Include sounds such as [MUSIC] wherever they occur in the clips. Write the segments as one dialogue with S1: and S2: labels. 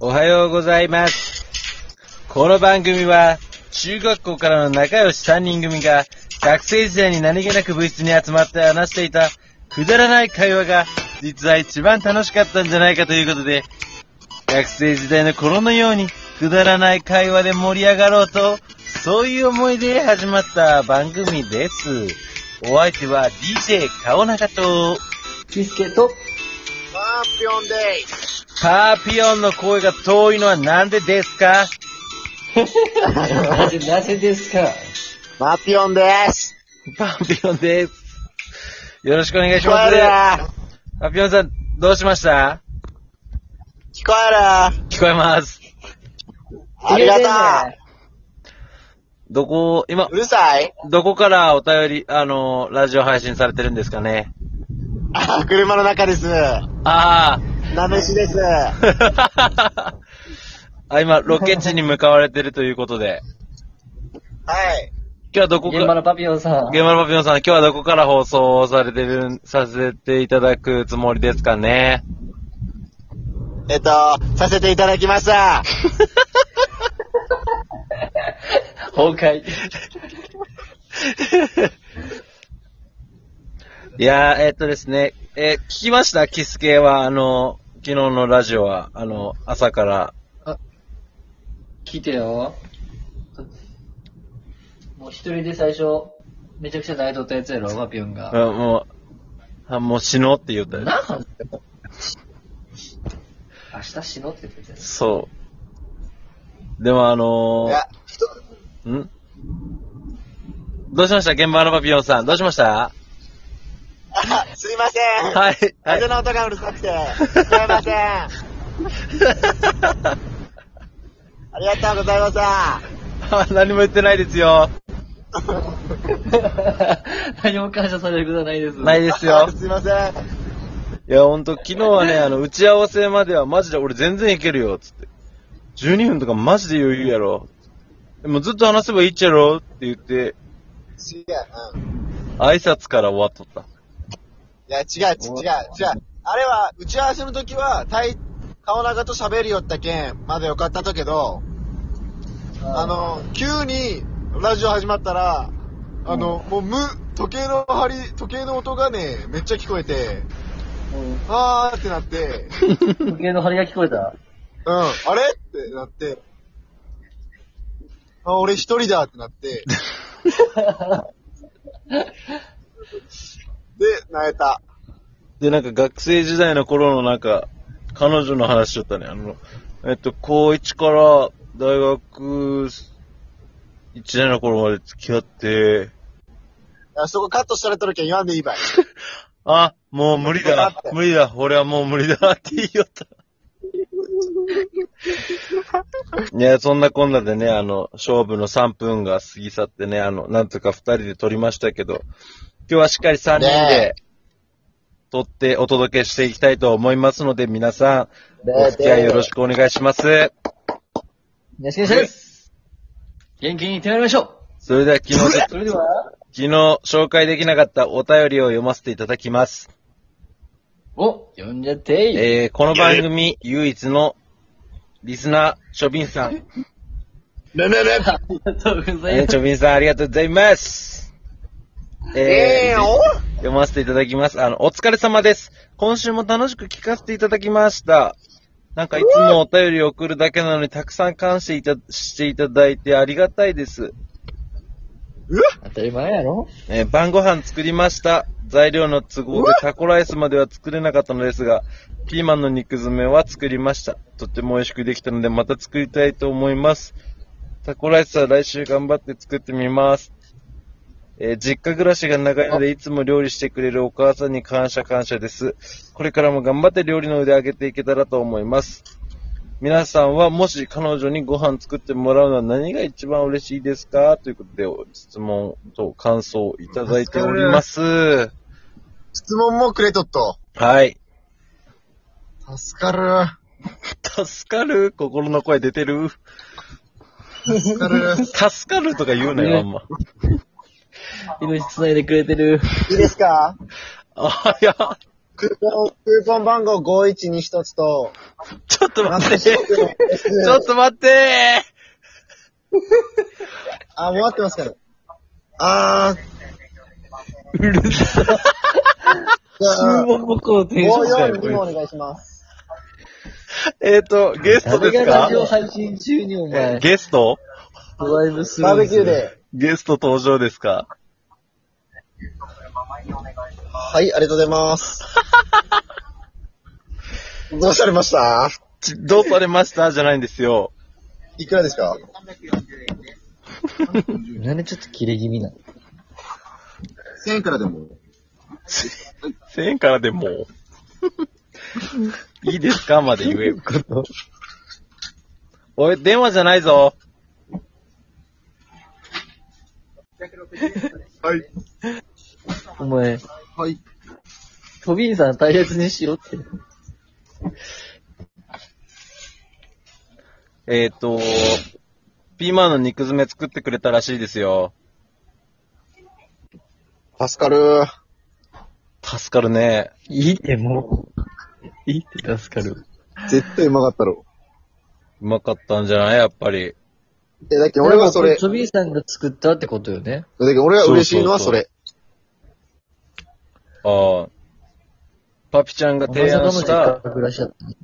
S1: おはようございます。この番組は、中学校からの仲良し3人組が、学生時代に何気なく部室に集まって話していた、くだらない会話が、実は一番楽しかったんじゃないかということで、学生時代の頃のように、くだらない会話で盛り上がろうと、そういう思いで始まった番組です。お相手は DJ 顔長と、
S2: キスケと、
S3: パンピョンです。
S1: パーピオンの声が遠いのはなんでですか
S2: [LAUGHS] なぜ、なぜですか
S3: パンピョンです。
S1: パンピオンです。よろしくお願いし
S3: 聞こ
S1: ま
S3: え
S1: す
S3: る。聞
S1: パンピオンさん、どうしました
S3: こえる
S1: 聞こえます。
S3: ありが
S1: どこ、今
S3: とう。う、るさい
S1: どこからお便り、あの、ラジオ配信されてるんですかね
S3: あ、 [LAUGHS] 車の中です。
S1: あ
S3: なめしです。
S1: あ。 [LAUGHS] あ、今、ロケ地に向かわれてるということで。
S3: はい。
S1: 今日はどこか、
S2: 現場のパピオンさん。
S1: 現場のパピオンさん、今日はどこから放送されてる、させていただくつもりですかね
S3: えっと、させていただきました。
S2: 崩壊。
S1: いやー、えーっとですね、えー聞きましたキス系は、あの、昨日のラジオは、あの、朝から。
S2: 聞いてよ。もう一人で最初、めちゃくちゃ泣いとったやつやろ、パピオン
S1: あ
S2: が。
S1: もう、あもう死のうって言ったよ
S2: なんか明日死のうって言ってたやつ。
S1: そう。でもあ
S3: い
S1: の
S3: や、人
S1: ー、んどうしました現場のパピオンさん。どうしました
S3: あ、すいません。い。
S1: はい。はい
S3: 風。の音がうるさくて、聞こえません。ありがとうございました。
S1: [LAUGHS] あ何も言ってないですよ。
S2: [LAUGHS] 何も感謝されることはないです。
S1: ないですよ
S3: [LAUGHS] 。すいませ
S1: い
S3: ん。
S1: や、ほんと、昨日はね、あの、打ち合わせまではマジで俺全然いけるよ、つって。12分とかマジで余裕やろ。でもずっと話せばいいっちゃろって言って、
S3: 違う、うん。
S1: 挨拶から終わっとった。
S3: いや、違う、ち違う、違う。あれは、打ち合わせの時は、たい、顔長と喋るよったけん、まだよかったとけど、あの、急に、ラジオ始まったら、あの、もう無、時計の針、時計の音がね、めっちゃ聞こえて、
S2: うん、
S3: あーってな [LAUGHS] って、
S2: 時計の針が聞こえた。
S3: うん、あれってなって、あ、俺一人だってな [LAUGHS] って、で、泣いた。
S1: で、なんか学生時代の頃のなんか、彼女の話しちゃったね。あの、えっと、高1から大学1年の頃まで付き合って、
S3: あそこカットされとるけん言わんでいいばい。
S1: あ、もう無理だ、無理だ、俺はもう無理だって言いよった。いや、そんなこんなでね、あの、勝負の3分が過ぎ去ってね、あの、なんとか2人で撮りましたけど、今日はしっかり3人で
S3: ね
S1: 撮ってお届けしていきたいと思いますので、皆さん、お付き合いよろしくお願いします。
S2: よしよしです。元気に行ってまいりましょう。
S1: それでは昨日
S4: [LAUGHS]
S1: で、
S2: それでは、
S1: 昨日紹介できなかったお便りを読ませていただきます。
S2: お、呼んじゃってい。
S1: えー、この番組唯一のリスナー、チョビンさん。
S3: ねねね
S2: ありがとうござい
S1: え
S2: ま
S1: ー、
S2: す。
S1: チョビンさんありがとうございます。
S3: ええー、お
S1: 読ませていただきます。あの、お疲れ様です。今週も楽しく聞かせていただきました。なんかいつもお便りを送るだけなのにたくさん感謝いたしていただいてありがたいです。
S2: 当たり前やろ
S1: えー晩ご飯作りました。材料の都合でタコライスまでは作れなかったのですが、ピーマンの肉詰めは作りました。とっても美味しくできたので、また作りたいと思います。タコライスは来週頑張って作ってみます。えー実家暮らしが長いので、いつも料理してくれるお母さんに感謝感謝です。これからも頑張って料理の腕上げていけたらと思います。皆さんはもし彼女にご飯作ってもらうのは何が一番嬉しいですかということで、質問と感想をいただいております。
S3: 質問もくれとっと。
S1: はい。
S3: 助かる。
S1: 助かる心の声出てる
S3: 助か [LAUGHS] る。
S1: 助かるとか言うなよ、あんま。
S2: 命繋いでくれてる。
S3: いいですか
S1: あ、いや、
S3: クーポン、クーポン番号5121つと、
S1: ちょっと待って。
S3: ち
S1: ちょっと待って。
S3: あ、もう待ってますから。あー、
S4: うるさい。
S3: じゃあ、
S4: もうこうテンションだよ、こ
S3: 5425
S4: れ。
S3: お願いします。
S1: えっ、ー、と、ゲストで
S4: 誰
S1: す
S4: がラ
S1: か
S4: ジオ配信中にお前、
S1: ゲスト
S4: ドライブスル
S3: バ
S4: ー
S3: ーベキューで。
S1: ゲスト登場ですか
S3: はい、ありがとうございます。どうされました
S1: ちどうされましたじゃないんですよ。
S3: いくらですか
S4: する。なんでちょっとキレ気味なの
S3: ?1000 円からでも。
S1: 1000円から [LAUGHS] でもう。いいですかまで言えよ。おい、電話じゃないぞ。
S3: はい。
S4: お前、
S3: はい。
S4: トビンさん大切にしろって。
S1: えっ、ー、と、ピーマンの肉詰め作ってくれたらしいですよ。
S3: 助かる。
S1: 助かるね。
S4: いいってもう。いいって助かる。
S3: 絶対うまかったろ。
S1: うまかったんじゃないやっぱり。
S3: え、だっけ俺はそれ、だ
S4: トビンさんが作ったってことよ
S3: っ
S4: ね。
S3: け俺が嬉しいのはそれ。
S1: ああ。パピちゃんが提案し
S4: まさ
S1: た
S4: かの実家、暮らしだったね。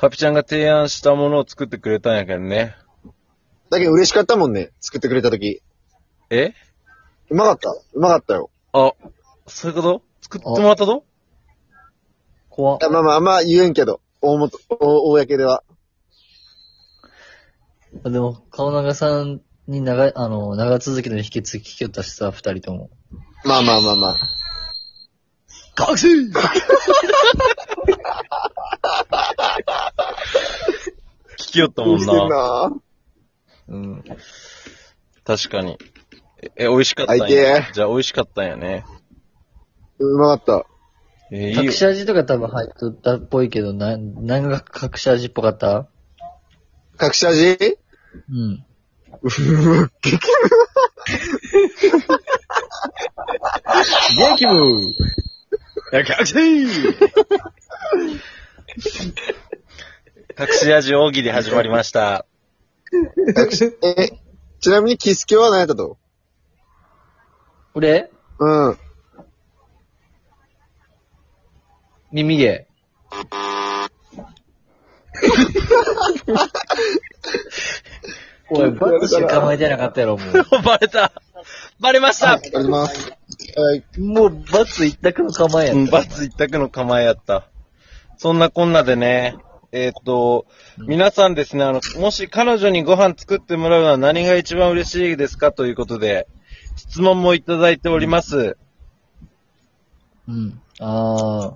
S1: パピちゃんが提案したものを作ってくれたんやけどね。
S3: だけど嬉しかったもんね。作ってくれた時。
S1: え
S3: うまかった。うまかったよ。
S1: あ、そういうこと作ってもらったぞ
S4: 怖っ
S3: いやまあまあ、あんま言えんけど。大元、大、公では。
S4: あでも、顔長さんに長い、あの、長続きの秘訣聞きよったしさ、二人とも。
S3: まあまあまあまあ。
S4: 学生
S1: 聞きよったもん
S3: してん
S1: な。
S3: な
S4: うん。
S1: 確かに。え、え美味しかったん
S3: あい
S1: や
S3: て。
S1: じゃあ美味しかったんやね。
S3: うまかっ
S1: えーいい
S4: 隠
S1: よ。
S4: し味とか多分入っとったっぽいけど、な、何が隠し味っぽかった
S3: た。隠し味
S4: うん。
S1: 元気ぶ隠し隠し味奥義で始まりました。 [LAUGHS]
S3: 隠し、え、ちなみにキスケは何やったと
S4: 俺
S3: うん。
S4: 耳毛。おい、バットしか構えてなかったやろ、もう。
S1: バレたバレました
S3: ありがとうございます。はい。
S4: もう、バッツ一択の
S1: [LAUGHS]
S4: 構えや
S1: うん、
S4: っ
S1: バツ一択の構えやった。そんなこんなでね、えーっと、皆さんですね、あの、もし彼女にご飯作ってもらうのは何が一番嬉しいですかということで、質問もいただいております。
S4: た。うん。あ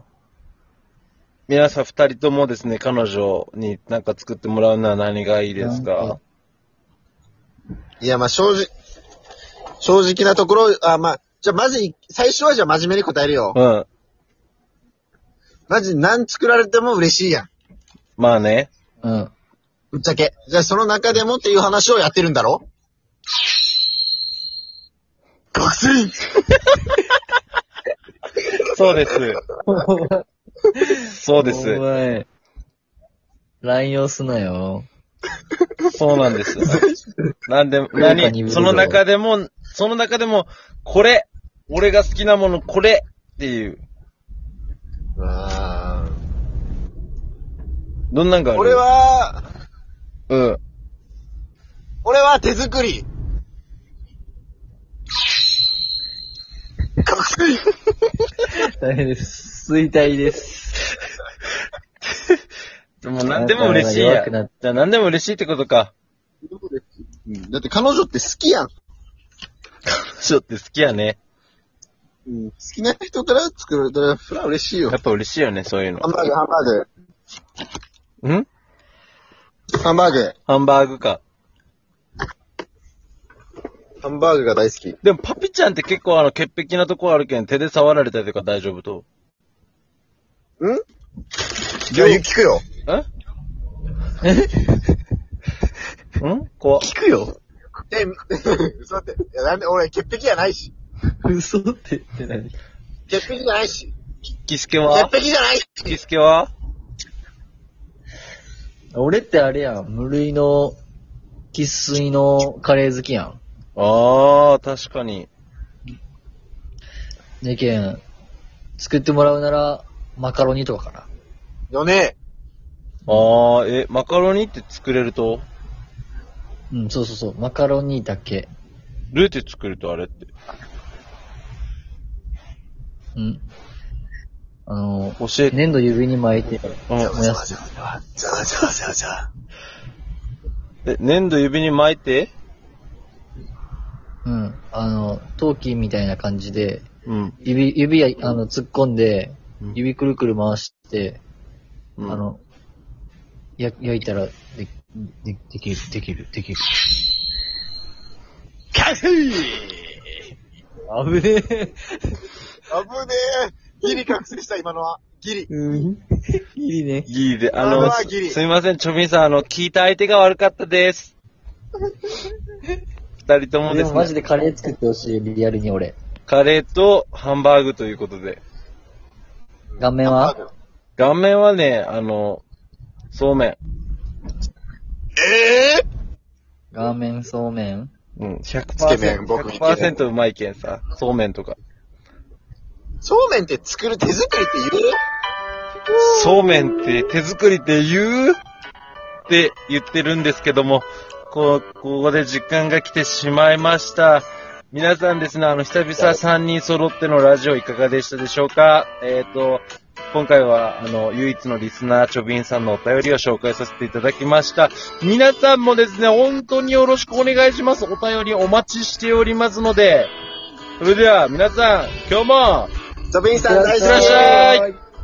S1: 皆さん二人ともですね、彼女になんか作ってもらうのは何がいいです
S4: なん
S1: か
S4: か
S3: いや、まあ正直、正直なところ、あ、まあ、じゃあまずい、最初はじゃあ真面目に答えるよ。
S1: うん。
S3: マジ何作られても嬉しいやん。
S1: まあね。
S4: あ。うん。
S3: ぶっちゃけ。じゃあその中でもっていう話をやってるんだろ学生
S1: そうです。そうで
S4: お
S1: す。
S4: 前。乱用すなよ。
S1: そうなん
S4: [LAUGHS]
S1: です。なんで、
S4: なんか鈍
S1: 何
S4: る
S1: その中でも、その中でも、これ俺が好きなものこれっていう。
S3: あ
S1: どんなんかある
S3: 俺、は、
S1: うん。
S3: 俺は手作り。学生
S4: 大変です。衰退です。
S1: でも何でも嬉しいや
S4: なんか弱くなっ。
S1: じゃあ何でも嬉しいってことか。
S3: だって彼女って好きやん。
S1: 彼女って好きやね。
S3: 好きな人から作られたら、それは嬉しいよ
S1: や。っぱ嬉しいよね、そういうの
S3: ハン。バーグ、ハンバー
S1: ん
S3: グ。ハンバーグ。
S1: ハンバーグか。
S3: ハンバーグが大好き。
S1: でもパピちゃんって結構あの潔癖なとこあるけん手で触られたりとか大丈夫と。
S3: んじゃあ、聞くよ。
S1: ええん怖っ
S4: 聞くよ。
S3: え、 [LAUGHS] 嘘って。いや、なんで、俺、潔癖じゃないし。
S4: 嘘って言ってない。
S3: 潔癖じゃないし。
S1: キスケ
S3: 潔
S1: は
S3: 癖じゃない
S1: キスケは
S4: 俺ってあれやん、無類の、喫水のカレー好きやん。
S1: ああ、確かに。
S4: ねけん、作ってもらうなら、マカロニとかかな。
S3: よね。
S1: ああ、え、マカロニって作れると
S4: うん、そうそうそう、マカロニだけ。
S1: ルーって作るとあれって。
S4: うん。あの、
S1: 教えて。
S4: 粘土指に巻いて、
S1: うん
S4: 燃やす。
S3: じゃあじゃあじゃあじゃあ。
S1: え、粘土指に巻いて
S4: うん。あの、陶器みたいな感じで、
S1: うん。
S4: 指、指や、あの、突っ込んで
S1: うん、
S4: 指くるくる回して、
S1: あ
S4: あ、の、や、焼いたら、で、で、できる、できる、できる。
S3: かくい
S4: 危ねえ。
S3: 危ねえ。ギリ覚醒した、今のは。ギリ。
S4: うん。いいね。
S1: ギリで、あ
S3: あれ
S1: の、
S3: はギリ
S1: すすみません、チョビンさん、あの、聞いた相手が悪かった
S3: [LAUGHS]
S1: です。二人とも
S4: で
S1: で
S4: も
S1: す
S4: マジ
S1: ね、
S4: でカレー作ってほしい、リアルに俺。
S1: カレーとハンバーグということで。
S4: 顔面は
S1: 顔面はね、あの、そうめ
S3: ええ
S4: ラーメン、そうめん
S1: ん。うん、
S3: つけ麺僕
S1: 100%、100%うまいけんさ。そうめんとか。
S3: そうめんって作る手作りって言う
S1: そうめんって手作りって言うって言ってるんですけども、こう、ここで時間が来てしまいました。皆さんですね、あの、久々3人揃ってのラジオいかがでしたでしょうかえっ、と、今回は、あの、唯一のリスナー、チョビンさんのお便りを紹介させていただきました。皆さんもですね、本当によろしくお願いします。お便りお待ちしておりますので、それでは皆さん、今日も、
S3: ザビンさん大
S1: いっ
S3: 事
S1: てらっしゃい
S4: い